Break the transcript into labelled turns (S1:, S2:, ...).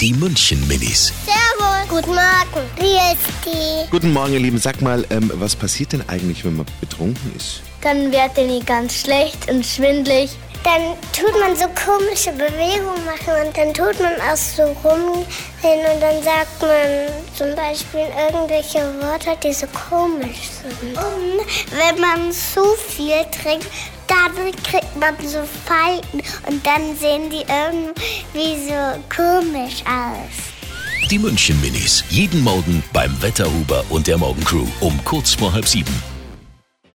S1: Die München Minis.
S2: Servus. Guten Morgen. Wie ist die?
S3: Guten Morgen, ihr Lieben. Sag mal, ähm, was passiert denn eigentlich, wenn man betrunken ist?
S4: Dann wird denen ganz schlecht und schwindlig.
S2: Dann tut man so komische Bewegungen machen und dann tut man auch so rumgehen und dann sagt man zum Beispiel irgendwelche Wörter, die so komisch sind. Und wenn man zu viel trinkt, dann kriegt man so Falten und dann sehen die irgendwie so komisch aus.
S1: Die München Minis. Jeden Morgen beim Wetterhuber und der Morgencrew um kurz vor halb sieben.